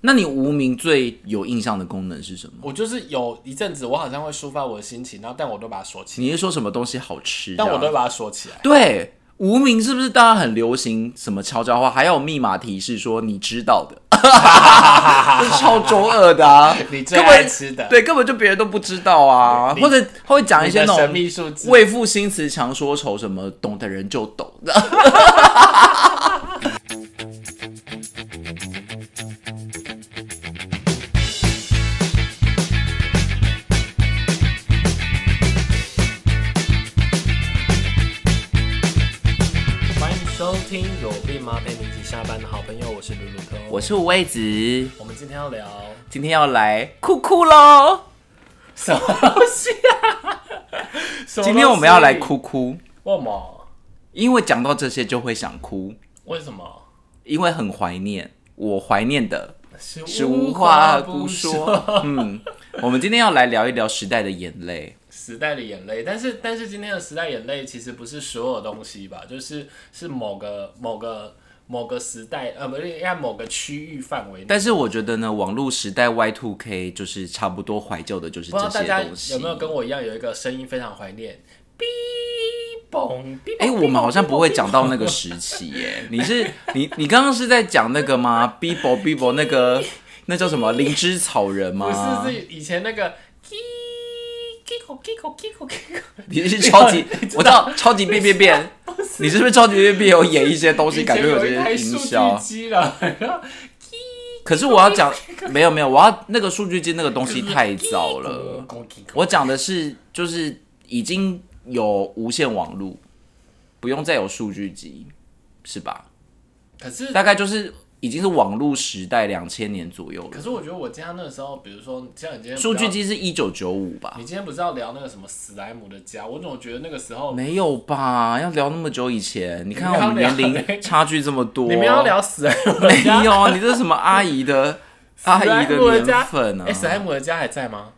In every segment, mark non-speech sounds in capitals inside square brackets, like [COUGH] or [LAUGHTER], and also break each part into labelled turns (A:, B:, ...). A: 那你无名最有印象的功能是什么？
B: 我就是有一阵子，我好像会抒发我的心情，然后但我都把它锁起来，
A: 你是说什么东西好吃？
B: 但我
A: 这
B: 都
A: 样
B: 把它锁起来。
A: 对无名是不是大家很流行什么悄悄话，还有密码提示说你知道
B: [LAUGHS]
A: 的，这超中二的啊！
B: 你最
A: 根
B: 爱
A: 本
B: 吃的，
A: 对，根本就别人都不知道啊，
B: 你
A: 或者他会讲一
B: 你
A: 些
B: 的
A: 那
B: 神
A: 种
B: 秘数字，
A: 为赋新词强说愁，什么懂的人就懂的。
B: 欢迎收听有病吗？陪你一起下班的好朋友，我是鲁鲁哥。
A: 我是五味子，
B: 我们今天要聊
A: [LAUGHS] 今天要来酷酷喽。
B: 什么东西啊？什么东西
A: 今天我们要来，哭哭，
B: 为什么？
A: 因为讲到这些就会想哭，
B: 为什么？
A: 因为很怀念。我怀念的
B: 是
A: 是无话不说。嗯，我们今天要来聊一聊时代的眼泪。
B: 时代的眼泪，但是但是今天的时代眼泪其实不是所有东西吧，就是是某个某个某个时代，呃，不是应该某个区域范围内。
A: 但是我觉得呢，网络时代 Y two K 就是差不多怀旧的，就是
B: 不知道
A: 这
B: 大
A: 些
B: 家
A: 东西。
B: 有没有跟我一样有一个声音非常怀念？哔嘣，哔
A: 哎、
B: 嘣
A: 我们好像不会讲。
B: 哔嘣哔嘣哔嘣
A: 到那个时期
B: [LAUGHS]
A: 耶。你是你你刚刚是在讲那个吗？Bibo Bibo 那个那叫什么灵芝草人
B: 不
A: 吗？
B: 是，是以前那个叽叽咕叽咕叽咕叽咕，
A: 你是超
B: [LAUGHS]
A: 级
B: 你知道
A: 我知道超级变变变，
B: 不是
A: 你是不是超级变变变有演一些东西，
B: 以
A: 感
B: 前
A: 觉
B: 有
A: 这
B: 一台
A: 些
B: 数
A: 营
B: 据
A: 销？
B: 机了，然后
A: 可是我要
B: [LAUGHS]
A: 讲没有没有，我要那个数据机那个东西太早了。
B: 咕叽咕
A: 呃我讲的是就是已经有无线网络，不用再有数据机，是吧？
B: 可是
A: 大概就是已经是网络时代两千年左右
B: 可
A: 了。
B: 是我觉得我家那个时候，比如说像你今天
A: 数据
B: 不要，
A: 机是一九九五吧
B: 你？今天不是要聊那个什么史莱姆的家？我总觉得那个时候
A: 没有吧？要聊那么久以前？你看
B: 你们要
A: 我们年
B: 聊那
A: 龄差距这么多，
B: 你们要聊史莱姆的
A: [LAUGHS] 没
B: 家，
A: 有啊？你这是什么阿姨
B: [LAUGHS]
A: 的阿姨
B: 史莱姆的
A: 的
B: 家
A: 年份啊
B: 哎，？史莱姆的家还在吗？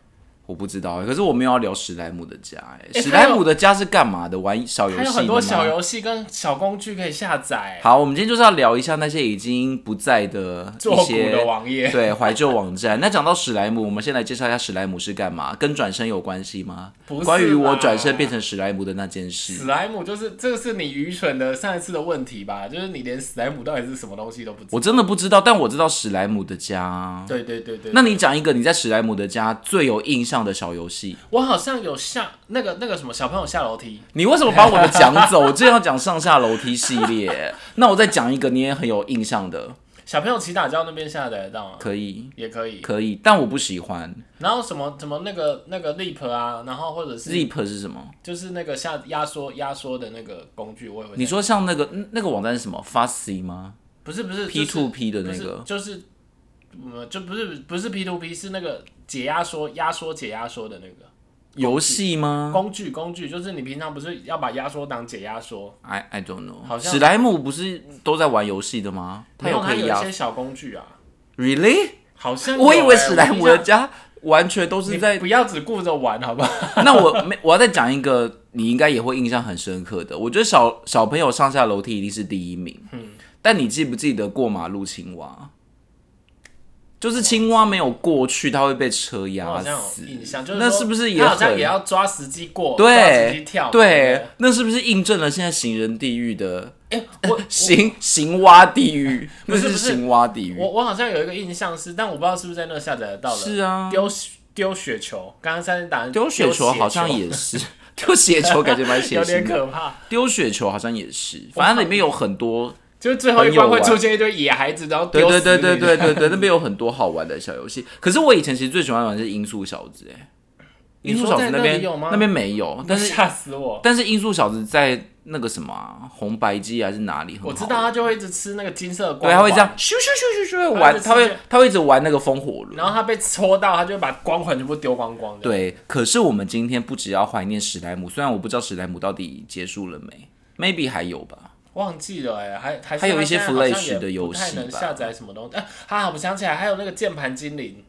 A: 我不知道欸，可是我没有要聊史莱姆的家
B: 哎
A: 哎。史莱姆的家是干嘛的？玩小游
B: 还
A: 戏
B: 有
A: 的
B: 很多小
A: 吗？
B: 游戏跟小工具可以下载，
A: 好，我们今天就是要聊一下那些已经不在的
B: 做
A: 一
B: 古
A: 些
B: 的网页。
A: 对怀旧网站。那讲到史莱姆，我们先来介绍一下史莱姆是干嘛，跟转身有关系吗？
B: 不是
A: 关于我
B: 吧
A: 转身变成史莱姆的那件事
B: 史，莱姆就是这个是你愚蠢的上一次的问题吧？就是你连史莱姆到底是什么东西都不知道。
A: 我真的不知道，但我知道史莱姆的家。
B: 对对对对，
A: 那你讲一个你在史莱姆的家最有印象的小游戏，
B: 我好像有下那个那个什么小朋友下楼梯，
A: 你为什么把我的讲走？ [LAUGHS] 我正要讲上下楼梯系列，那我再讲一个你也很有印象的，
B: 小朋友骑打胶那边下载得到吗？
A: 可以。
B: 也可以。
A: 可以，但我不喜欢。
B: 然后什么什么那个那个 leap 啊，然后或者是
A: Zip 是什么？
B: 就是那个下压缩压缩的那个工具，我也会。
A: 你说像那个嗯那个网站是什么？Fussy 吗
B: 不是不是
A: ？P to P 的
B: 的
A: 那个？
B: 就是嗯就不是不是 P to P 是那个解压缩压缩解压缩的那个
A: 游戏吗？
B: 工具工具，就是你平常不是要把压缩档解压缩，
A: I I don't know，
B: 好像
A: 史莱姆不是都在玩游戏的吗？他
B: 没有
A: 可
B: 它
A: 以
B: 有一
A: 压
B: 些小工具啊，
A: ，Really？
B: 好像有
A: 我以为
B: 欸
A: 史莱姆
B: 我
A: 的
B: 印象
A: 家完全都是
B: 你
A: 在。
B: 不要只顾着玩好不
A: [LAUGHS]
B: 好？
A: 那我没，我要再讲一个，你应该也会印象很深刻的。我觉得小小朋友上下楼梯一定是第一名。
B: 嗯
A: 但你记不记得过马路青蛙？就是青蛙没有过去，它会被车
B: 我好
A: 压
B: 像
A: 死
B: 有。印象，就是
A: 那
B: 说
A: 是不是也
B: 它好像
A: 很
B: 也要抓时机过，抓时机
A: 对
B: 跳，
A: 对，那是不是印证了现在行人地狱的
B: 不对，哎我
A: 行 [LAUGHS] 行蛙地狱？那
B: 不是
A: 是
B: 不是
A: 行蛙地狱。
B: 我我好像有一个印象是，但我不知道是不是在那下载得到了。
A: 是啊
B: 丢丢雪球，刚刚三人打人
A: 丢雪球好像也是， [LAUGHS] 丢雪球感觉蛮
B: 血球
A: 血
B: 有
A: 腥
B: 点
A: 的。
B: 可怕，
A: 丢雪球好像也是，反正里面有很多，
B: 就是最后一关会出现一堆野孩子，然后
A: [LAUGHS] 对
B: 丢
A: 对对
B: 死你
A: 对对对对，那边有很多好玩的小游戏。可是我以前其实最喜欢玩的是音速小子，哎，
B: 你
A: 音
B: 说
A: 速小子
B: 在那里
A: 边
B: 有吗
A: 那边没有，但是
B: 吓死
A: [LAUGHS]
B: 我！
A: 但是音速小子在那个什么啊红白机还是哪里，很好
B: 我
A: 玩
B: 知道他就会一直吃那个金色的光
A: 对，
B: 环，
A: 他会这样，咻咻咻咻咻
B: 他
A: 玩，
B: 一直
A: 他
B: 出
A: 会
B: 现
A: 他会一直玩那个风火轮。
B: 然后他被戳到，他就会把光环全部丢光光的。，
A: 对，可是我们今天不只要怀念史莱姆，虽然我不知道史莱姆到底结束了没，maybe 还有吧。
B: 忘记了哎，还还
A: 还有一些
B: 弗雷
A: Flash 的游戏吧
B: 能下载什么东西。啊，啊我想起来，还有那个键盘精灵，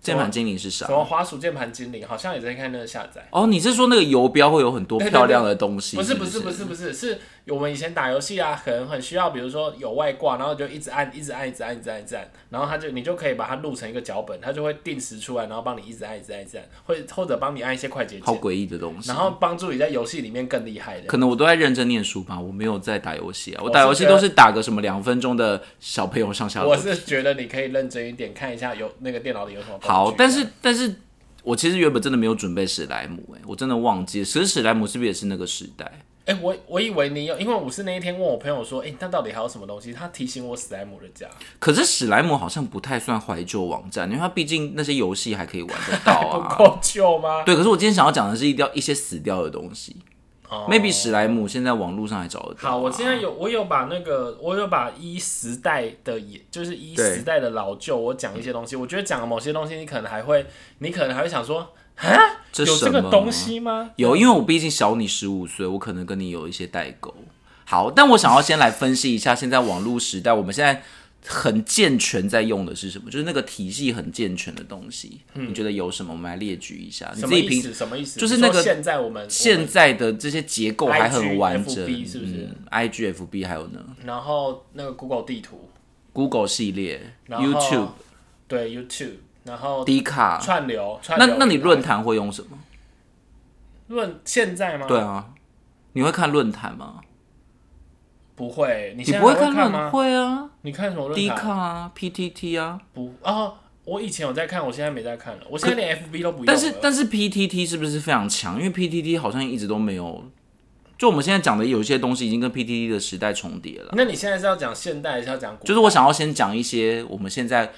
A: 键盘精灵是啥
B: 什？么滑鼠键盘精灵，好像也在看那个下载。
A: 哦，你是说那个游标会有很多
B: 对对
A: 漂亮的东西？
B: 不是
A: 是
B: 不是
A: 是
B: 不是不是，是我们以前打游戏啊，可能很需要，比如说有外挂，然后就一直按一直按一直按一直按一直按，然后它就你就可以把它录成一个脚本，它就会定时出来，然后帮你一直按一直按一直按，或者或者帮你按一些快捷
A: 好
B: 键，
A: 诡异的东西
B: 然。后帮助你在游戏里面更厉害的。
A: 可能我都在认真念书吧，我没有在打游戏啊。我
B: 我
A: 打
B: 是
A: 游戏
B: 觉得
A: 都是打个什么两分钟的小朋友上下楼
B: 我是觉得你可以认真一点看一下有那个电脑里有什么工具
A: 好，但是但是我其实原本真的没有准备史莱姆、欸，我真的忘记了。其实史莱姆是不是也是那个时代？
B: 哎、我我以为你有，因为我是那一天问我朋友说，哎、那到底还有什么东西？他提醒我史莱姆的家，
A: 可是史莱姆好像不太算怀旧网站，因为它毕竟那些游戏还可以玩得到
B: 不 [LAUGHS]
A: 啊。
B: 够旧吗？
A: 对，可是我今天想要讲的是一定要一些死掉的东西、
B: 哦
A: m a y b e 史莱姆现在网络上还找得到啊、
B: 好，我现在有我有把那个我有把一时代的也就是一
A: 对
B: 时代的老旧，我讲一些东西，我觉得讲了某些东西，你可能还会，你可能还会想说，
A: 这
B: 有
A: 什
B: 这
A: 么
B: 个东西吗？
A: 有，因为我毕竟小你十五岁，我可能跟你有一些代沟。好，但我想要先来分析一下现在网络时代，我们现在很健全在用的是什么？就是那个体系很健全的东西，你觉得有什么？我们来列举一下。你
B: 嗯什
A: 自
B: 么
A: 己
B: 意
A: 平
B: 思？什么意思？
A: 就是
B: 你说
A: 那个
B: 现在我们我
A: 现
B: 们
A: 在的这些结构还很完
B: IG
A: 整嗯
B: FB 是不是
A: ？I G F B 还有呢
B: 然后那个 Google 地图
A: ，Google 系列、
B: 然后
A: YouTube、
B: 对 YouTube，然后
A: D 卡。
B: 串流串
A: 那
B: 流
A: 那你
B: 平台嗯
A: 论坛会用什么？
B: 论现在吗？
A: 对啊，你会看论坛吗？
B: 不会，
A: 你
B: 你现在
A: 不会
B: 还会看
A: 论
B: 吗？
A: 会啊
B: 你看什么
A: ，D
B: 论坛？
A: 卡啊，P T T 啊。
B: 不哦，我以前有在看，我现在没在看了。我现在连 FB 都不用了。
A: 但是但是 PTT 是不是非常强？因为 PTT 好像一直都没有，就我们现在讲的有一些东西已经跟 PTT 的时代重叠了。
B: 那你现在是要讲现代，还是要讲古？
A: 就是我想要先讲一些我们现在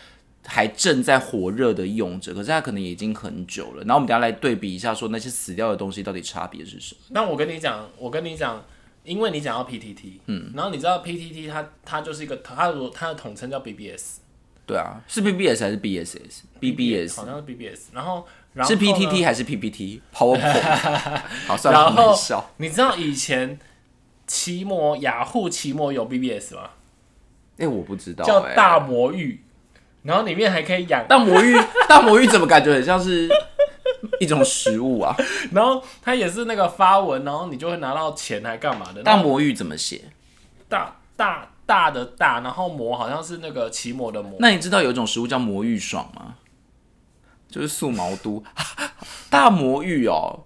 A: 还正在火热的用者，可是它可能已经很久了。然后我们等一下来对比一下，说那些死掉的东西到底差别是什么？
B: 那我跟你讲，我跟你讲，因为你讲到 PTT，嗯，然后你知道 PTT 它它就是一个它如它的统称叫 BBS，
A: 对啊，是 BBS 还是 BSS？BBS
B: 好像是 BBS，然后然
A: 是
B: 后呢
A: PTT 还是
B: [LAUGHS]
A: PPT？PowerPoint？好，算了，
B: 然后
A: 很少。
B: 你知道以前奇摩雅虎奇摩有 BBS 吗？
A: 哎、我不知道、
B: 叫
A: 哎
B: 大魔域，然后里面还可以养
A: 大魔芋，大魔芋怎么感觉很像是一种食物啊？
B: 然后他也是那个发文，然后你就会拿到钱来干嘛的？
A: 大
B: 然后
A: 魔芋怎么写？
B: 大大大的大，然后魔好像是那个骑魔的魔。
A: 那你知道有一种食物叫魔芋爽吗？就是素毛都 [LAUGHS] 大魔芋
B: [LAUGHS]
A: 哦，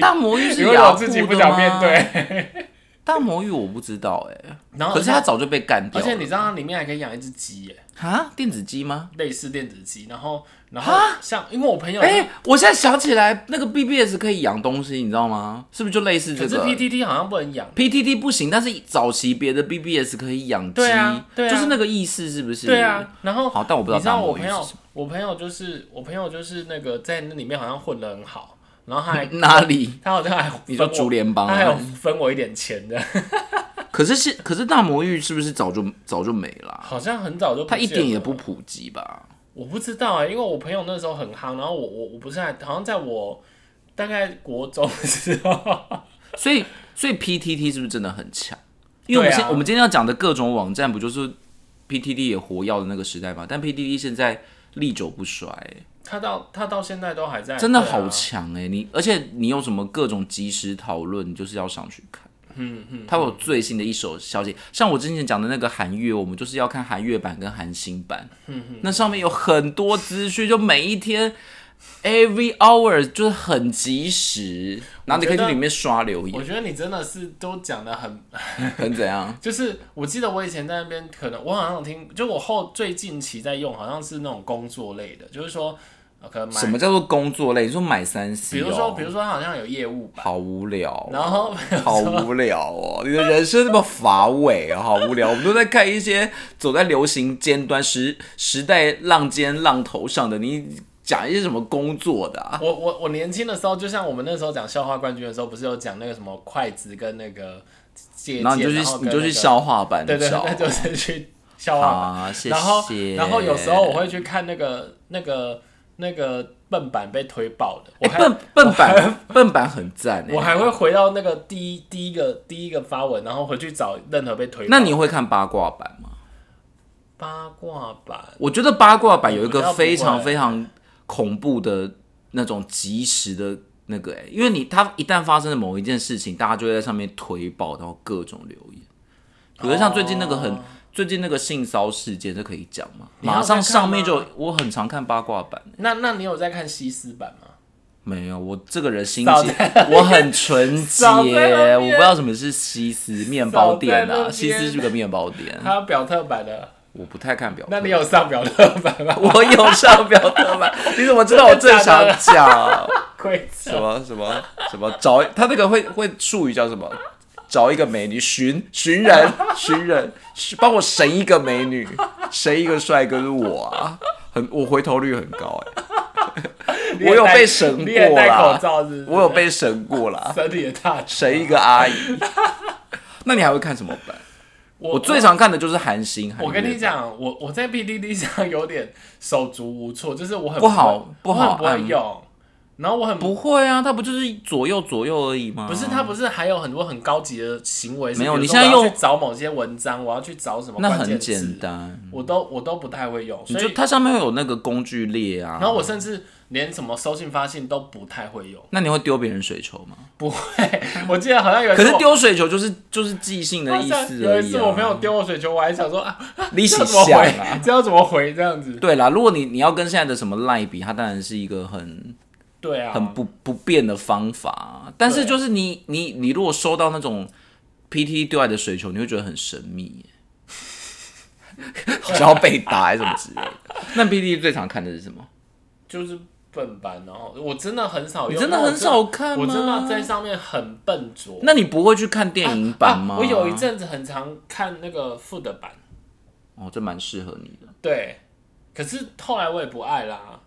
A: 大魔芋是
B: 因为
A: 雅
B: 我
A: 虎
B: 自己不
A: 的
B: 想
A: 吗？
B: 面对。 [LAUGHS]
A: 大魔芋我不知道哎、
B: 然后
A: 可是它早就被干掉
B: 而
A: 了。
B: 且你知道它里面还可以养一只鸡耶，
A: 啊，电子鸡吗？
B: 类似电子鸡。然后然后像因为我朋友，
A: 哎、我现在想起来，那个 BBS 可以养东西，你知道吗？是不是就类似这
B: 可是
A: 个
B: PTT 好像不能养。
A: PTT 不行，但是早期别的 BBS 可以养鸡，
B: 对啊对啊
A: 就是那个意思，是不是？
B: 对啊，然后
A: 好但我不知道
B: 你知道
A: 大魔芋
B: 我朋
A: 是
B: 友
A: 什，
B: 我朋友就是我朋友就是那个在那里面好像混得很好，然后他还
A: 哪里？
B: 他好像还
A: 嗯你说
B: 分我
A: 竹联帮
B: 他还有
A: 啊？
B: 分我一点钱的，
A: 可是是，可是大魔芋是不是早就早就没了啊、
B: 好像很早就不
A: 它一
B: 见
A: 点也
B: 了
A: 不普及吧？
B: 我不知道啊、因为我朋友那时候很夯，然后我我我不是还好像在我大概国中的时候， [LAUGHS]
A: 所以，所以 PTT 是不是真的很强？因为我们
B: 对啊
A: 现、我们今天要讲的各种网站，不就是 PTT 也活跃的那个时代吗？但 PTT 现在历久不衰、
B: 他到他到现在都还
A: [LAUGHS]
B: 在，
A: 真的
B: 对啊
A: 好强哎、你而且你有什么各种即时讨论，你就是要上去看。嗯嗯，它有最新的一手消息，像我之前讲的那个韩乐，我们就是要看韩乐版跟韩星版。嗯嗯，那上面有很多资讯，就每一天 every hour 就是很及时，然后你可以去里面刷留
B: 我
A: 言，
B: 觉得你真的是都讲的很，
A: 很怎样？
B: 就是我记得我以前在那边可能我好像有听，就我后最近期在用好像是那种工作类的，就是说呃可能买
A: 什，么叫做工作类？你说买三 C
B: 比
A: 哦，
B: 如说比如说他好像有业务吧，
A: 好无聊哦、
B: 然后
A: 好
B: [LAUGHS]
A: 无聊哦，你的人生那么乏味啊，好无聊。我们都在看一些走在流行尖端时时代浪尖浪头上的，你讲一些什么工作的、啊？
B: 我我我年轻的时候，就像我们那时候讲笑话冠军的时候，不是有讲那个什么筷子跟那个借
A: 然后你就去
B: 然后跟
A: 你就去
B: 那个
A: 消化版
B: 对对，
A: 找
B: 那就是去笑话版。
A: 啊，谢谢。
B: 然后然后有时候我会去看那个那个那个笨板被推爆的，我
A: 哎、
B: 还、
A: 笨笨版笨版很赞
B: 我
A: 哎，
B: 还会回到那个第一第一个第一个发文，然后回去找任何被推爆。
A: 那你会看八卦版吗？
B: 八卦版，
A: 我觉得八卦版有一
B: 我嗯比较
A: 个
B: 不会
A: 非常非常恐怖的那种及时的那个、欸，因为你它一旦发生了某一件事情，大家就会在上面推爆，然后各种留言。比如像最近那个很、
B: 哦
A: 最近那个性骚事件，这可以讲吗？
B: 你还有
A: 马上
B: 在看吗
A: 上面就有我很常看八卦版、欸
B: 那那你有在看西施版吗？
A: 没有，我这个人心
B: 少
A: 机，我很纯洁，
B: 少在那边
A: 我不知道什么是西施面包店
B: 少在
A: 啊，
B: 那边
A: 西施是个面包店，
B: 他有表特版的，
A: 我不太看表。
B: 那你有上表特版 [LAUGHS] 吗？
A: [LAUGHS] 我有上表特版，你怎么知道我正常讲？
B: 亏死
A: 什么什么什么找他那个会会术语叫什么？找一个美女寻寻人寻人，寻帮我神一个美女，神一个帅哥是我啊，很我回头率很高
B: [LAUGHS]
A: 哎、
B: 你也
A: 我有
B: 戴
A: 被审
B: 你也
A: 过
B: 戴
A: 啦
B: 口罩是不是？
A: 我有被神过啦，
B: 身体的大小
A: 神一个阿姨。那你还会看什么版？
B: 我
A: 我最常看的就是韩星，
B: 我
A: 韩
B: 跟
A: 娱
B: 你讲，我我在 PDD 上 [LAUGHS] 有点手足无措，就是我很
A: 不好不
B: 不
A: 好
B: 我很不会
A: 按
B: 用，然后我很
A: 不会啊，他不就是左右左右而已吗？
B: 不是，它不是还有很多很高级的行为？是
A: 没有
B: 比如
A: 你
B: 说
A: 现在
B: 我要
A: 用
B: 去找某些文章，我要去找什么
A: 那
B: 关
A: 很
B: 键字，
A: 简单，
B: 我都我都不太会用，
A: 你
B: 所
A: 就
B: 以
A: 它上面有那个工具列啊。
B: 然后我甚至连什么收信发信都不太会用，
A: 那你会丢别人水球吗？
B: 不会。我记得好像有一次
A: 可是
B: 我
A: 丢水球就是就是即兴的
B: 好
A: 意
B: 像
A: 思
B: 有
A: 而
B: 一
A: 已、
B: 次我
A: 啊。
B: 朋友丢我水球，我还想说啊，
A: 你
B: [LAUGHS] 这
A: 喜
B: 要怎么
A: 想
B: 回？
A: 啊？
B: 这要怎么回？这样子，
A: 对啦，如果你你要跟现在的什么赖比，它当然是一个很
B: 对啊，
A: 很不不变的方法。啊但是就是你你你如果收到那种 PT 丢来的水球，你会觉得很神秘
B: [LAUGHS]
A: 耶，好像要被打还是什么之类的。那 PT 最常看的是什么？
B: 就是笨班，然后我真的很少用，
A: 你真的很少看吗？
B: 我真的，我真的在上面很笨拙。
A: 那你不会去看电影版吗？
B: 啊我有一阵子很常看那个副的版，
A: 哦，这蛮适合你的。
B: 对，可是后来我也不爱啦，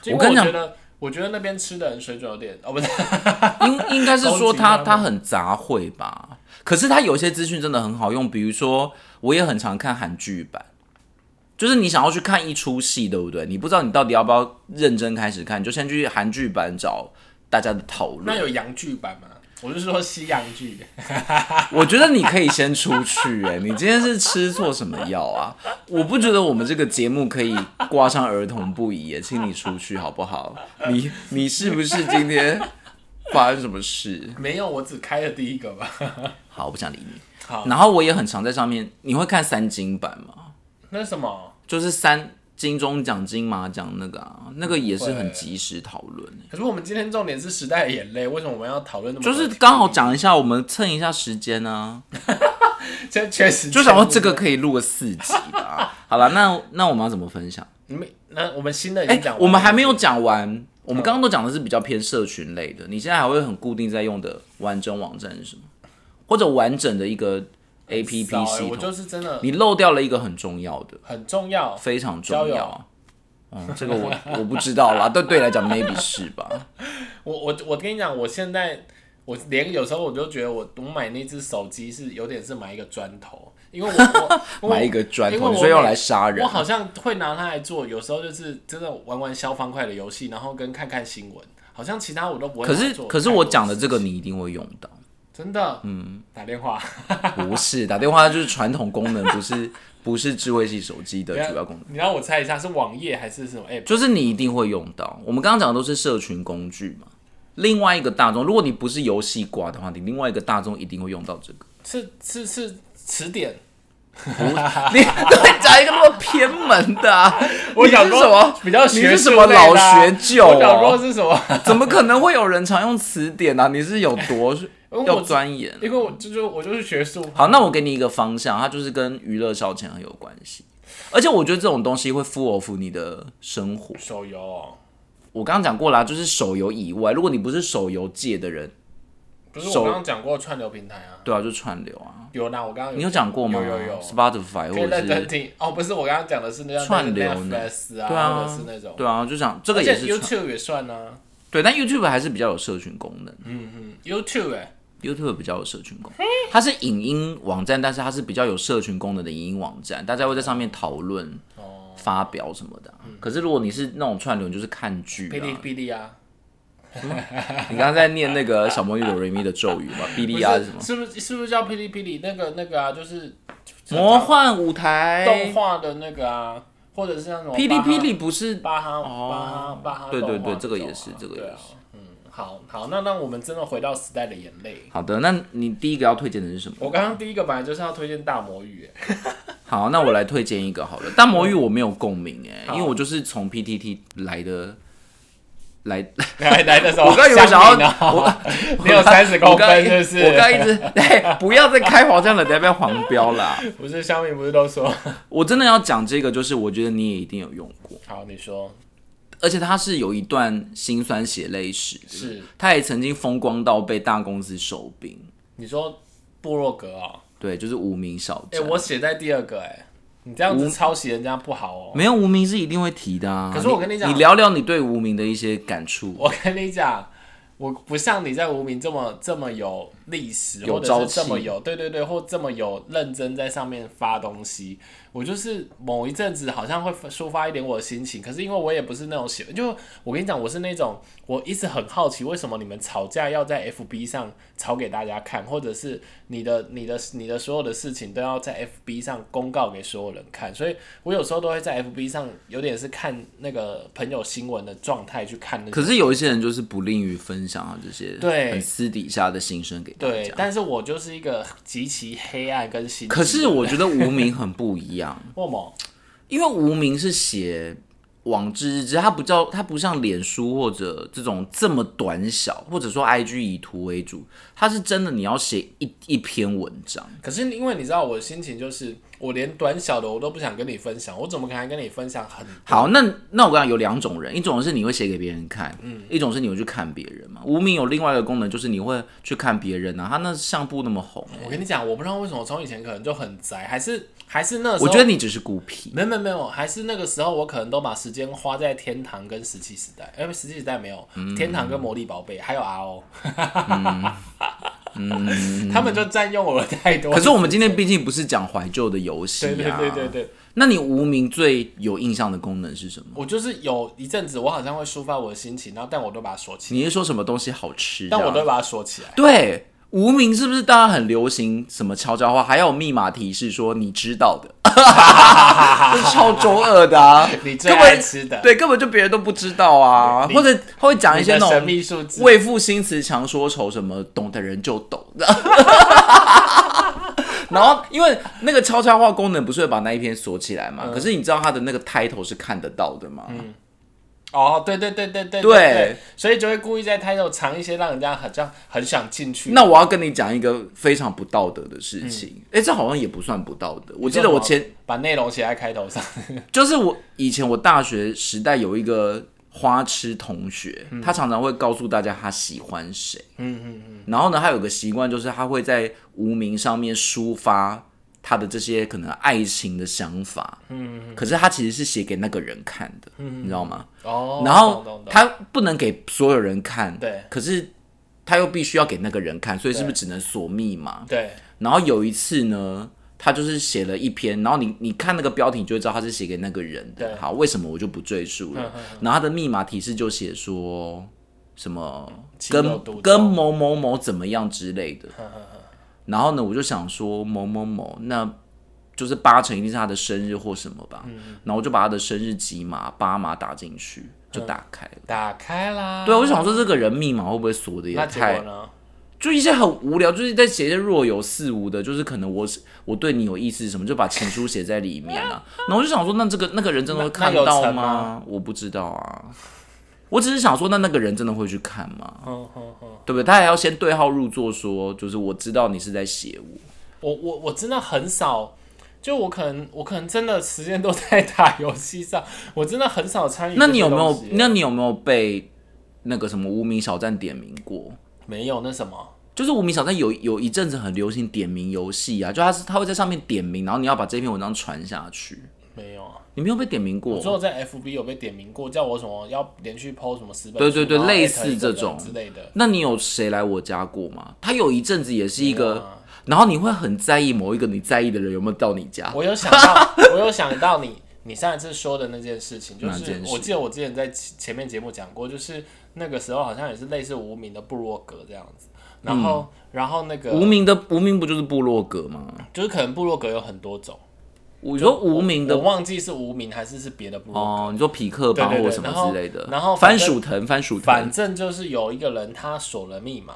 B: 就因
A: 我跟
B: 为我
A: 你讲
B: 觉得我觉得那边吃的人水准有点哦，不是， [LAUGHS]
A: 应应该是说
B: 攻击
A: 他
B: 他们
A: 他很杂烩吧，可是他有一些资讯真的很好用，比如说我也很常看韩剧版，就是你想要去看一出戏，对不对？你不知道你到底要不要认真开始看，你就先去韩剧版找大家的讨
B: 那
A: 论。
B: 有洋剧版吗？我是说西洋剧，
A: 我觉得你可以先出去、哎，你今天是吃错什么药啊？我不觉得我们这个节目可以挂上儿童不宜、哎请你出去好不好？你你是不是今天发生什么事？
B: 没有，我只开了第一个吧。
A: 好，我不想理你。
B: 好
A: 然后我也很常在上面，你会看三金版吗？
B: 那什么，
A: 就是三金钟奖、金马奖那个啊，那个也是很及时讨论欸、
B: 可是我们今天重点是时代的眼泪，为什么我们要讨论那么
A: 就
B: 多？
A: 是刚好讲一下，我们蹭一下时间呢、
B: 嗯这确实
A: 就想说这个，可以录个四集吧。 [LAUGHS] 好了，那那我们要怎么分享？
B: 你们那我们新的已
A: 哎、
B: 经讲完了，嗯
A: 我们还没有讲完，我们刚刚都讲的是比较偏社群类的，你现在还会很固定在用的完整网站是什么？或者完整的一个 A P
B: 少
A: P
B: 欸
A: 系
B: 我就
A: 统？
B: 是真的
A: 你漏掉了一个很重要的。
B: 很重要。
A: 非常
B: 交
A: 重
B: 友
A: 要。嗯，这个我我不知道啦，对对来讲 maybe 是吧？
B: 我我我跟你讲，我现在我连有时候我就觉得我我买那只手机是有点是买一个砖头，因
A: [LAUGHS]
B: 为我我
A: 买一个砖
B: 因为我
A: 头，你说用来杀
B: 我
A: 人，啊
B: 好像会拿它来做，有时候就是真的玩玩消方块的游戏，然后跟看看新闻，好像其他我都不会拿
A: 可
B: 来
A: 是
B: 做太多事。
A: 可是我讲的这个你一定会用到，
B: 真的，嗯，打电话，
A: 不
B: [LAUGHS]
A: 是打电话就是传统功能，不是不是智慧系手机的主要功能，
B: 你让我猜一下是网页还是什么哎 app？
A: 就是你一定会用到。我们刚刚讲的都是社群工具嘛，另外一个大众，如果你不是游戏挂的话，你另外一个大众一定会用到这
B: [LAUGHS]
A: 个。
B: 是是是词典。
A: 你对讲一个那么偏门的、啊，
B: 我
A: 你是
B: 想说
A: 什么
B: 比较
A: 你
B: 学
A: 是什
B: 术
A: 么
B: 类的啊
A: 老学究、
B: 我
A: 哦？
B: 想说是什么？ [LAUGHS]
A: 怎么可能会有人常用词典啊？你是有多
B: 因为
A: 要
B: 我
A: 钻研？
B: 因为我就是我就是学术派，
A: 好，那我给你一个方向，它就是跟娱乐消遣很有关系。而且我觉得这种东西会 f 服你的生活。
B: 手游哦、
A: 我刚刚讲过啦，就是手游以外，如果你不是手游界的人，
B: 不是我
A: 手
B: 刚刚讲过串流平台啊。
A: 对啊，就串流啊。
B: 有啦，我刚刚
A: 你有讲过吗？
B: 有有有
A: Spotify
B: 可以
A: 或者
B: 认真
A: 是
B: 听哦，不是我刚刚讲的是那叫
A: 串流呢
B: Netflix 啊，
A: 对啊
B: 或者是那种，
A: 对啊，就讲这个
B: 而且
A: 也是串
B: YouTube 也算啊，
A: 对，但 YouTube 还是比较有社群功能
B: 嗯，YouTube 哎、
A: ，YouTube 比较有社群功能。它是影音网站，但是它是比较有社群功能的影音网站，大家会在上面讨论。
B: 哦嗯
A: 发表什么的啊、可是如果你是那种串流，你就是看剧、
B: 哔哩
A: 啊。
B: 哔哩啊，
A: 你刚刚在念那
B: [LAUGHS]
A: 个小魔女哆瑞咪的咒语嘛？哔
B: 不
A: 哩啊
B: 是
A: 是什么？
B: 是不是是不是叫哔哩哔哩那个那个啊，就是
A: 魔幻欸舞台、
B: 动画的那个啊，或者是那种
A: 霹雳
B: 巴哈
A: 霹雳不是
B: 巴哈巴哈
A: 哦
B: 巴哈
A: 对
B: 动
A: 对
B: 画
A: 对这个
B: 种
A: 也是
B: 啊
A: 这个
B: 对
A: 也
B: 啊
A: 是
B: 嗯，好好，那那我们真的回到时代的眼泪。
A: 好的。那你第一个要推荐的是什么？
B: 我刚刚第一个本来就是要推荐大魔域，哎
A: 好，那我来推荐一个好了。但魔芋我没有共鸣哎、
B: 好
A: 因为我就是从 PTT 来的，来，
B: [LAUGHS] 来来的时候，
A: 我刚以为想要
B: 香槟 [LAUGHS] 啊
A: 我
B: 你有三十公
A: 我刚
B: 分是不是？
A: 我刚一直对，不要再开黄腔了，等下被黄标啦。
B: 不是香槟不是都说 [LAUGHS]
A: 我真的要讲这个，就是我觉得你也一定有用过，
B: 好？你说
A: 而且它是有一段辛酸血泪史，
B: 是，
A: 他也曾经风光到被大公司收兵，
B: 你说部落格哦，
A: 对，就是无名小
B: 哎、
A: 站。
B: 我写在第二个哎、你这样子抄袭人家不好哦。
A: 没有无名是一定会提的啊。
B: 可是我跟你讲
A: 你聊聊你对无名的一些感触。
B: 我跟你讲，我不像你在无名这么这么有历史，
A: 有
B: 或者
A: 朝
B: 是这
A: 气
B: 么有对对对，或这么有认真在上面发东西。我就是某一阵子好像会抒发一点我的心情，可是因为我也不是那种喜，就我跟你讲，我是那种我一直很好奇，为什么你们吵架要在 FB 上吵给大家看，或者是你的你的你的所有的事情都要在 FB 上公告给所有人看，所以我有时候都会在 FB 上有点是看那个朋友新闻的状态去看那个
A: 可。是有一些人就是不吝于分享啊这些
B: 对
A: 很私底下的心声给大
B: 对
A: 家，。
B: 但是我就是一个极其黑暗跟心机的
A: 可
B: 人。
A: 是我
B: 为
A: 觉得无名很不一样，
B: 什么？
A: 因为无名是写往之日之，它不叫它不像脸书或者这种这么短小，或者说 IG 以图为主，它是真的你要写一一篇文章。
B: 可是因为你知道我的心情就是，我连短小的我都不想跟你分享，我怎么可能跟你分享很？
A: 好，那那我跟你讲有两种人，一种是你会写给别人看，
B: 嗯
A: 一种是你会去看别人嘛。无名有另外一个功能，就是你会去看别人啊，他那相簿那么红、
B: 我跟你讲，我不知道为什么从以前可能就很宅，还是还是那时候
A: 我觉得你只是孤僻。
B: 没有没有没有，还是那个时候我可能都把时间花在天堂跟石器时代，哎、不石器时代没有，
A: 嗯
B: 天堂跟魔力宝贝还有 RO，、他 [LAUGHS] 们就占用我的太多。
A: 嗯可是我们今天毕竟不是讲怀旧的游戏、啊，
B: 哦对对对对对，
A: 那你无名最有印象的功能是什么？
B: 我就是有一阵子我好像会抒发我的心情，然后但我都把它锁起来。
A: 你是说什么东西好吃、啊？
B: 但我都会把它锁起来。
A: 对无名是不是大家很流行什么悄悄话，还有密码提示说你知道的， [LAUGHS] 这是超中二的啊！
B: [LAUGHS] 你最
A: 根
B: 爱
A: 本
B: 吃的，
A: 对，根本就别人都不知道啊，
B: 你
A: 或者他会讲一
B: 你
A: 些
B: 的
A: 那
B: 神
A: 种
B: 秘数字，
A: 为赋新词强说愁，什么懂的人就懂。 [LAUGHS] 然后，因为那个悄悄话功能不是会把那一篇锁起来嘛？
B: 嗯
A: 可是你知道它的那个 title 是看得到的嘛？
B: 哦，对对对对
A: 对
B: 对对，所以就会故意在 title 藏一些让人家好像很想进去。
A: 那我要跟你讲一个非常不道德的事
B: 嗯
A: 情，哎、这好像也不算不道德。我记得我前
B: 把内容写在
A: [LAUGHS]
B: 开头上，
A: 就是我以前我大学时代有一个花痴同学，
B: 嗯
A: 他常常会告诉大家他喜欢谁。嗯嗯嗯。然后呢，他有个习惯就是他会在无名上面抒发他的这些可能爱情的想法。嗯可是他其实是写给那个人看的，你知道吗？
B: 嗯哦，
A: 然
B: 懂
A: 后
B: 懂懂
A: 他不能给所有人看，
B: 对
A: 可是他又必须要给那个人看，所以是不是只能锁密码？
B: 对，
A: 然后有一次呢，他就是写了一篇，然后你你看那个标题，你就会知道他是写给那个人的。
B: 对嗯
A: 好，为什么我就不赘述了。然后他的密码提示就写说什么
B: 情有
A: 跟
B: 独钟嗯
A: 跟某某某怎么样之类的。然后呢，我就想说某某某，那就是八成一定是他的生日或什么吧。
B: 嗯
A: 然后我就把他的生日几码八码打进去，就
B: 嗯
A: 打开了。
B: 打开啦。
A: 对，我想说这个人密码会不会锁的也
B: 那结
A: 太
B: 果呢？
A: 就一些很无聊，就是在写一些若有似无的，就是可能我是我对你有意思什么，就把情书写在里面
B: [LAUGHS]
A: 啊。然后我就想说，那这个那个人真的会看
B: 那那有
A: 到
B: 成
A: 吗？
B: 吗
A: 我不知道啊，我只是想说，那那个人真的会去看吗？
B: 嗯嗯嗯，
A: 对不对？他还要先对号入座说就是我知道你是在写我，
B: 我我我真的很少。就我可能，我可能真的时间都在打游戏上，我真的很少参与这
A: 那
B: 些东
A: 你
B: 西。啊
A: 有没有？那你有没有被那个什么无名小站点名过？
B: 没有那什么？
A: 就是无名小站有有一阵子很流行点名游戏啊，就他是他会在上面点名，然后你要把这篇文章传下去。
B: 没有啊。
A: 你没有被点名过？
B: 我说我在 FB 有被点名过，叫我什么要连续 PO 什么十本书，
A: 对对对
B: 然后
A: 类
B: at
A: 似
B: 一个
A: 这
B: 人
A: 种
B: 之类的。
A: 那你有谁来我家过吗？他有一阵子也是一
B: 没有
A: 个
B: 啊，
A: 然后你会很在意某一个你在意的人有没有到你家。
B: 我有想
A: [LAUGHS]
B: 到，我有想到你你上一次说的那件事情，就
A: 哪
B: 是
A: 件事
B: 我记得我之前在前前面节目讲过，就是那个时候好像也是类似无名的部落格这样子。然后、然后那个
A: 嗯无名的无名不就是部落格吗？
B: 就是可能部落格有很多种，
A: 我说无名
B: 我
A: 的
B: 忘记是无名还是是别的部落格。
A: 哦，你说匹克吧
B: 对对对
A: 或什么之类的，
B: 然后然后反
A: 番
B: 正
A: 薯藤番薯
B: 反
A: 藤，
B: 正就是有一个人他锁了密码。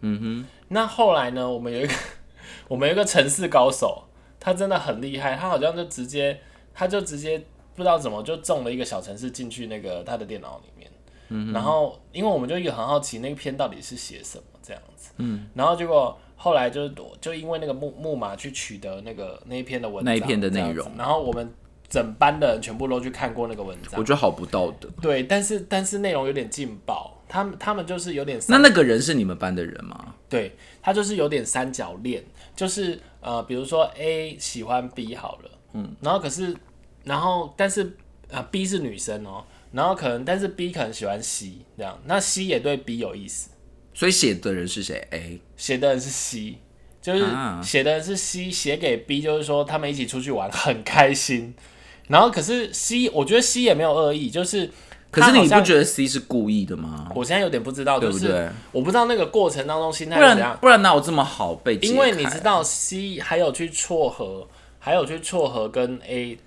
B: 嗯哼。那后来呢？我们有一个 [LAUGHS] 我们有一个城市高手，他真的很厉害，他好像就直接他就直接不知道怎么就中了一个小城市进去那个他的电脑里面。嗯、然后，因为我们就也很好奇那个篇到底是写什么这样子，嗯，然后结果后来就就因为那个木木马去取得那个那一篇的文章
A: 那一篇的内
B: 这样子
A: 容
B: 然后我们整班的人全部都去看过那个文章
A: 我，觉得好不道德。
B: 对，但是但是内容有点劲爆，他们他们就是有点
A: 那
B: 三，
A: 那个人是你们班的人吗？
B: 对他就是有点三角恋，就是呃，比如说 A 喜欢 B 好了，嗯，然后可是然后但是呃 B 是女生哦，然后可能但是 B 可能喜欢 C 这样，那 C 也对 B 有意思，
A: 所以写的人是谁？哎，
B: 写的人是 C，就是
A: 啊
B: 写的人是 C，写给 B 就是说他们一起出去玩很开心，然后可是 C 我觉得 C 也没有恶意，就是
A: 可是
B: 他好
A: 你
B: 像
A: 不觉得 C 是故意的吗？
B: 我现在有点不知道，
A: 对
B: 就
A: 不
B: 是
A: 对
B: 我不知道那个过程当中心态
A: 不
B: 是怎
A: 然
B: 样，
A: 不然哪有这么好被解开？啊
B: 因为你知道 C 还有去撮合，还有去撮合跟 A，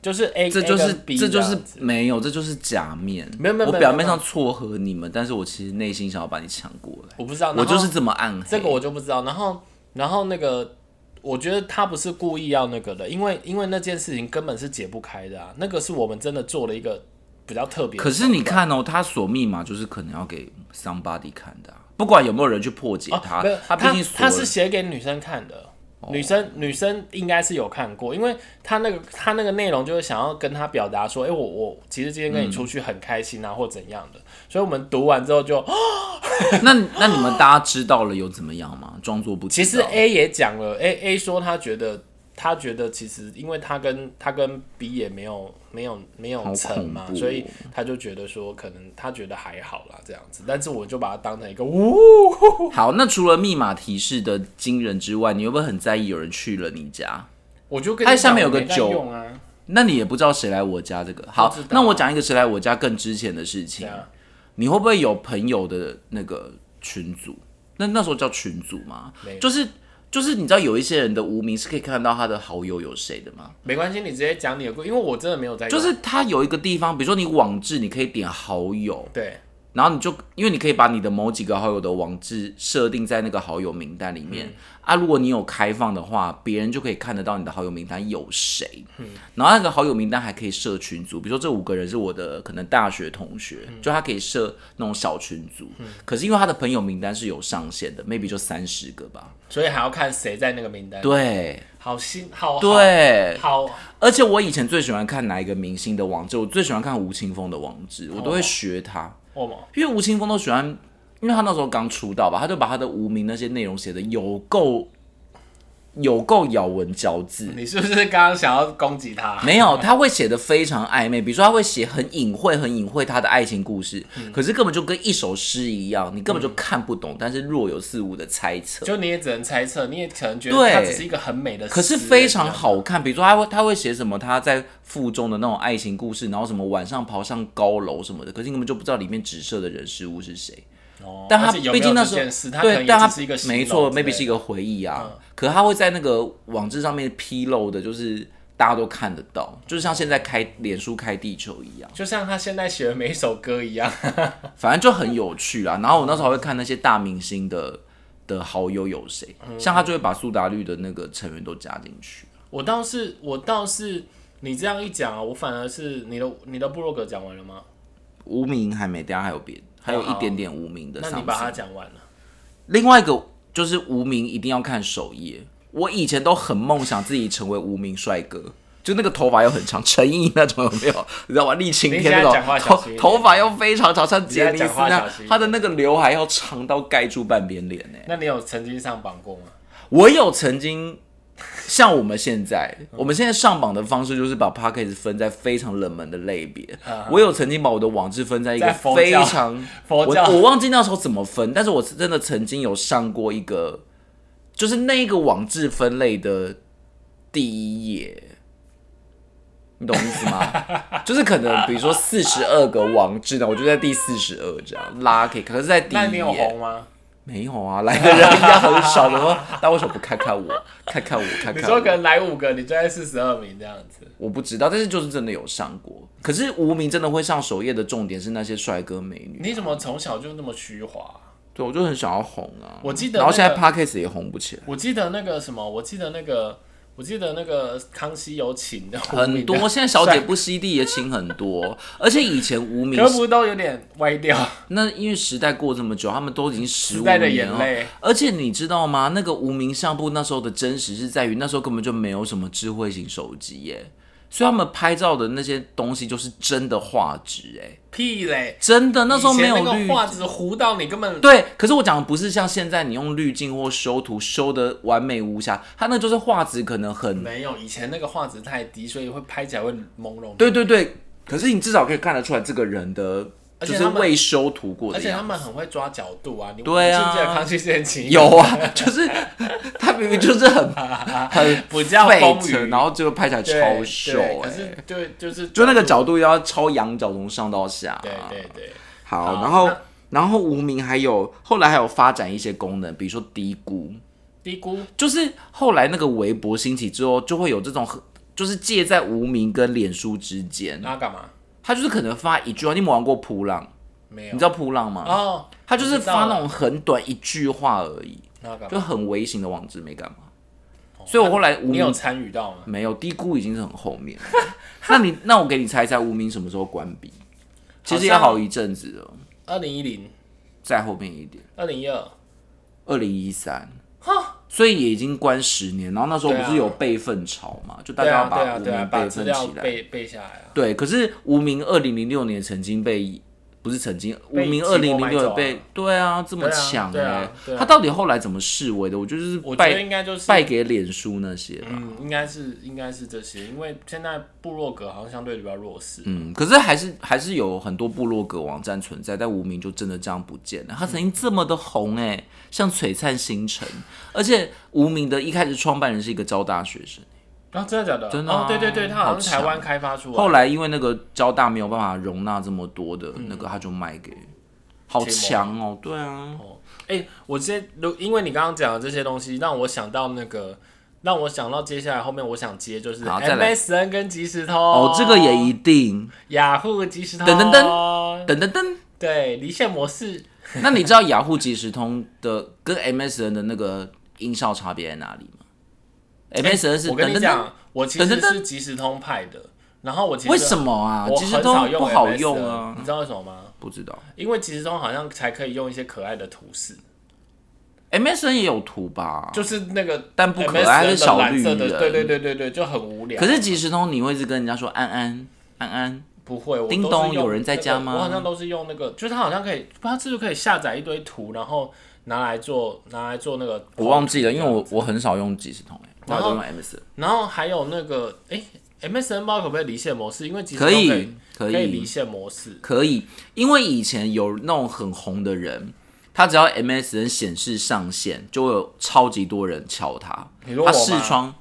B: 就是 A，
A: 这就是
B: A 跟 B
A: 这就是
B: 样子
A: 没有，这就是假面。
B: 没有没有
A: 我
B: 没有
A: 表面上撮合你们，但是我其实内心想要把你抢过来。
B: 我不知道，
A: 我
B: 然后
A: 就是这么暗黑。
B: 这个我就不知道。然后然后那个，我觉得他不是故意要那个的，因为因为那件事情根本是解不开的啊，那个是我们真的做了一个比较特别的
A: 可
B: 手段。
A: 是你看哦，他锁密码就是可能要给 somebody 看的啊、不管有没有人去破解
B: 哦
A: 它，
B: 没有
A: 啊他
B: 他
A: 毕竟锁哦
B: 他
A: 了
B: 是写给女生看的，女生女生应该是有看过，因为他那个他那个内容就是想要跟他表达说，哎、我我其实今天
A: 嗯
B: 跟你出去很开心啊，或怎样的，所以我们读完之后就，
A: 哦那那你们大家知道了有怎么样吗？装作不知
B: 其
A: 道。
B: 实 A 也讲了，A A 说他觉得。他觉得其实，因为他跟他跟 B 也没有没有没有
A: 好
B: 成嘛
A: 恐，怖哦
B: 所以他就觉得说，可能他觉得还好啦这样子。但是我就把它当成一个，呜，
A: 好，那除了密码提示的惊人之外，你会不会很在意有人去了你家？
B: 我就跟
A: 它
B: 你
A: 下
B: 讲
A: 面有
B: 我
A: 个
B: 没在
A: 九
B: 用啊，
A: 那你也不知道谁来我家这个。好
B: 不知道，啊
A: 那我讲一个谁来我家更之前的事情
B: 这。样
A: 你会不会有朋友的那个群组？那那时候叫群组吗
B: 没？有
A: 就是就是你知道有一些人的无名是可以看到他的好友有谁的吗？
B: 没关系，你直接讲你的故，因为我真的没有在用，
A: 就是他有一个地方，比如说你网志，你可以点好友，
B: 对，
A: 然后你就因为你可以把你的某几个好友的网志设定在那个好友名单里面、啊，如果你有开放的话，别人就可以看得到你的好友名单有谁。然后那个好友名单还可以设群组，比如说这五个人是我的可能大学同学，就他可以设那种小群组。可是因为他的朋友名单是有上限的，maybe 就三十个吧。
B: 所以还要看谁在那个名单。
A: 对
B: 好心，好
A: 对，
B: 好，
A: 而且我以前最喜欢看哪一个明星的网志，我最喜欢看吴青峰的网志，我都会学他。
B: 我们
A: 因为吴青峰都喜欢，因为他那时候刚出道吧，他就把他的无名那些内容写的有够有够咬文嚼字，
B: 你是不是刚刚想要攻击他？
A: 没有他会写的非常暧昧，比如说他会写很隐晦、很隐晦他的爱情故事，可是根本就跟一首诗一样，你根本就看不懂，但是若有似无的猜测。
B: 就你也只能猜测，你也可能觉得
A: 对
B: 他只是一个很美的诗，
A: 可是非常好看，比如说他会他会写什么他在腹中的那种爱情故事，然后什么晚上爬上高楼什么的，可是你根本就不知道里面指涉的人事物是谁。
B: 哦，
A: 但他
B: 而且有没
A: 毕
B: 有
A: 竟那
B: 这
A: 时
B: 件事，
A: 候
B: 他可能
A: 对，
B: 也
A: 但他
B: 只是一个形容
A: 没错
B: 之类
A: ，maybe 是一
B: 的嗯
A: 个回忆啊。可他会在那个网志上面披露的，就是大家都看得到，就是像现在开脸书开地球一样，
B: 就像他现在写的每一首歌一样。 [LAUGHS]
A: 反正就很有趣啊。然后我那时候还会看那些大明星的的好友有谁，
B: 嗯
A: 像他就会把苏打绿的那个成员都加进去。
B: 我倒是，我倒是，你这样一讲啊，我反而是你的你的部落格讲完了吗？
A: 无名还没，等一下还有别，还有一点点无名的
B: 哦那
A: 上
B: 你
A: 次。
B: 把它讲完了。
A: 另外一个就是无名一定要看首页。我以前都很梦想自己成为无名帅哥，就那个头发又很长，陈毅那种有没有？你知道吗？厉晴天那
B: 你现在讲话
A: 种
B: 小
A: 头
B: 心一点
A: 头发又非常长，像杰尼斯
B: 你现在
A: 那
B: 讲
A: 样
B: 话小心一点，
A: 他的那个刘海要长到盖住半边脸呢。
B: 那你有曾经上榜过吗？
A: 我有曾经像我们现在，我们现在上榜的方式就是把 p a c k a g e 分在非常冷门的类别。我有曾经把我的网志分在一个
B: 嗯在佛
A: 非
B: 教
A: 常
B: 佛教
A: 我我忘记那时候怎么分，但是我是真的曾经有上过一个，就是那一个网志分类的第一页。你懂意思吗？
B: [LAUGHS]
A: 就是可能比如说四十二个网志呢，我就在第四十二这样拉可以，可是在第一
B: 那你有
A: 页
B: 红吗？
A: 没有啊，来的人应该很少 [LAUGHS] 的哦。那为什么不看看我，看看我，看
B: 你
A: 看
B: 说可
A: 我？
B: 能来五个，你就在四十二名这样子。
A: 我不知道，但是就是真的有上过。可是无名真的会上首页的重点是那些帅哥美女，
B: 你怎么从小就那么虚华？
A: 对我就很想要红啊。
B: 我记得
A: 然后
B: 那
A: 现在
B: 个
A: podcast 也红不起来，
B: 我记得那个什么，我记得那个，我记得那个康熙有请的无
A: 很
B: 名
A: 多
B: 的
A: 现在小姐
B: 帅
A: 不惜地也请很多，而且以前无名
B: 可不都有点歪掉？
A: 那因为时代过这么久，他们都已经十
B: 时 [LAUGHS]
A: 五
B: 代的
A: 年哦
B: 眼
A: 了。
B: 泪，
A: 而且你知道吗？那个无名相簿那时候的真实是在于那时候根本就没有什么智慧型手机耶，所以他们拍照的那些东西就是真的画质哎，
B: 屁嘞！
A: 真的那时候
B: 以
A: 没
B: 前
A: 有
B: 那
A: 滤
B: 个画质糊到你根本
A: 对，可是我讲的不是像现在你用滤镜或修图修的完美无瑕，它那就是画质可能很
B: 没有，以前那个画质太低，所以会拍起来会朦胧。
A: 对对对，可是你至少可以看得出来这个人的
B: 而
A: 就
B: 且
A: 是
B: 他们
A: 未修图过
B: 而
A: 的
B: 且
A: 样
B: 他
A: 子。
B: 们很会抓角度啊！你
A: 对啊
B: 你记不记得康熙之前请
A: 有 [LAUGHS] 啊，就是他明明就是
B: [LAUGHS]
A: 很很
B: 不叫
A: 费
B: 风
A: 扯，
B: 雨，
A: 然后就拍起来超秀
B: 对对
A: 哎、
B: 可是对，就是
A: 就那个
B: 角
A: 角度要超仰角，从上到下。
B: 度，对对对，
A: 好，
B: 好
A: 然后
B: 那
A: 然后无名还有后来还有发展一些功能，比如说低估，
B: 低估
A: 就是后来那个微博兴起之后，就会有这种很就是介在无名跟脸书之间，
B: 那干嘛？
A: 他就是可能发一句话，你有没有玩过扑浪？
B: 没
A: 你
B: 有
A: 知道扑浪吗？
B: 哦，
A: 他就是
B: 我知道
A: 发
B: 了
A: 那种很短一句话而已，
B: 那干嘛？
A: 就很微型的网志没干嘛。所以我后来无
B: 哦你
A: 名
B: 有参与到吗？
A: 没有，低估已经是很后面了。 [LAUGHS] 那你那我给你猜一猜，无名什么时候关闭？其实也
B: 好像
A: 好一阵子了，
B: 二零一零、
A: 再后面一点，
B: 二零一二，
A: 二零一三，所以也已经关十年。然后那时候
B: 对啊
A: 不是有备份潮嘛，就大
B: 对
A: 家
B: 啊
A: 要
B: 对
A: 把
B: 啊
A: 无
B: 对啊，
A: 名
B: 把
A: 备
B: 资
A: 份
B: 料
A: 起来。
B: 背背下来啊。
A: 对，可是无名二零零六年曾经被。不是曾经，无
B: 被
A: 名
B: 齐
A: 二
B: 国
A: 零零
B: 买
A: 六
B: 走啊
A: 被对啊这么
B: 对啊
A: 强
B: 对啊
A: 哎
B: 对，啊
A: 他到底后来怎么示威的？我就是
B: 我觉得
A: 败
B: 应该就是
A: 败给脸书那些吧，
B: 嗯，应该是应该是这些，因为现在部落格好像相对比较弱势。
A: 嗯，可是还是还是有很多部落格网站存在，但无名就真的这样不见了。他曾经这么的红哎、像璀璨星辰，而且无名的一开始创办人是一个交大学生，
B: 啊，真的假的？
A: 真的啊
B: 哦，对对对，他好像是
A: 好强
B: 台湾开发出来的。
A: 后来因为那个交大没有办法容纳这么多的
B: 嗯
A: 那个，他就卖给。好强哦，对啊，
B: 哦，哎、我之前如因为你刚刚讲的这些东西，让我想到那个，让我想到接下来后面我想接就是
A: 好再来
B: MSN 跟即时通
A: 哦，这个也一定，
B: 雅虎即时通
A: 噔噔噔噔噔噔。
B: 对离线模式
A: 那你知道雅虎即时通的 [LAUGHS] 跟 MSN 的那个音效差别在哪里吗？MSN 是
B: 哎我跟
A: 噔
B: 你
A: 噔噔，
B: 讲，我其实
A: 噔噔噔
B: 是即时通派的，然后我其实
A: 为什么啊？
B: 我
A: 即时
B: 很
A: 通
B: 少用
A: 不好
B: MSN
A: 用啊，
B: 你知道为什么吗？
A: 不知道
B: 因为即时通好像才可以用一些可爱的图示，
A: ，MSN 也有图吧？
B: 就是那个
A: 但不可爱
B: MSN
A: 它是小
B: 的蓝色
A: 绿人
B: 的，对对对对对，就很无聊。
A: 可是即时通你会是跟人家说安安安安，
B: 不会，我
A: 叮
B: 都是
A: 咚
B: 用
A: 有人在
B: 那个
A: 家吗
B: 我好像都是用那个，就是它好像可以，不知道是不是可以下载一堆图，然后拿来做拿来做那个。
A: 我忘记了，因为我我很少用即时通、欸，我
B: 然
A: 好
B: 后
A: 多用 MSN，
B: 然后还有那个，哎、m s n 包可不可以离线模式？因为其实
A: 可
B: 都以
A: 以可
B: 可离
A: 以
B: 线模式。
A: 可以，因为以前有那种很红的人。他只要 MSN 显示上线，就会有超级多人敲他
B: 你说。我
A: 他
B: 吗
A: 视窗，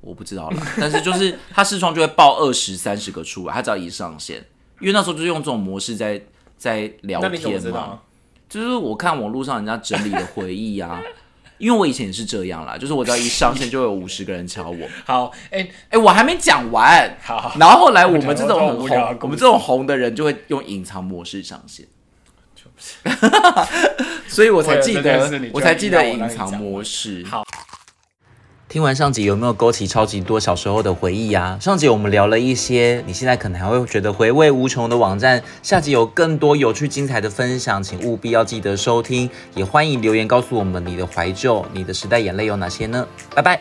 A: 我不知道啦， [LAUGHS] 但是就是他视窗就会报二十三十个出来，他只要一上线，因为那时候就是用这种模式在在聊
B: 那你怎么
A: 天
B: 知
A: 嘛
B: 道。？
A: 就是我看网络上人家整理的回忆啊，因为我以前也是这样啦，就是我只要一上线就有五十个人敲我，
B: 好，哎、
A: 哎、我还没讲完。
B: 好，
A: 然后后来我们这种
B: 我
A: 很
B: 讲我讲我
A: 红
B: 讲，
A: 我们这种红的人就会用隐藏模式上线， [LAUGHS] 所以我才记
B: 为了这件事
A: 得
B: 你，就
A: 我才记得
B: 硬要我
A: 隐
B: 让你
A: 藏
B: 讲
A: 模式。
B: 好，
A: 听完上集有没有勾起超级多小时候的回忆啊？上集我们聊了一些你现在可能还会觉得回味无穷的网站，下集有更多有趣精彩的分享，请务必要记得收听，也欢迎留言告诉我们你的怀旧，你的时代眼泪有哪些呢？拜拜。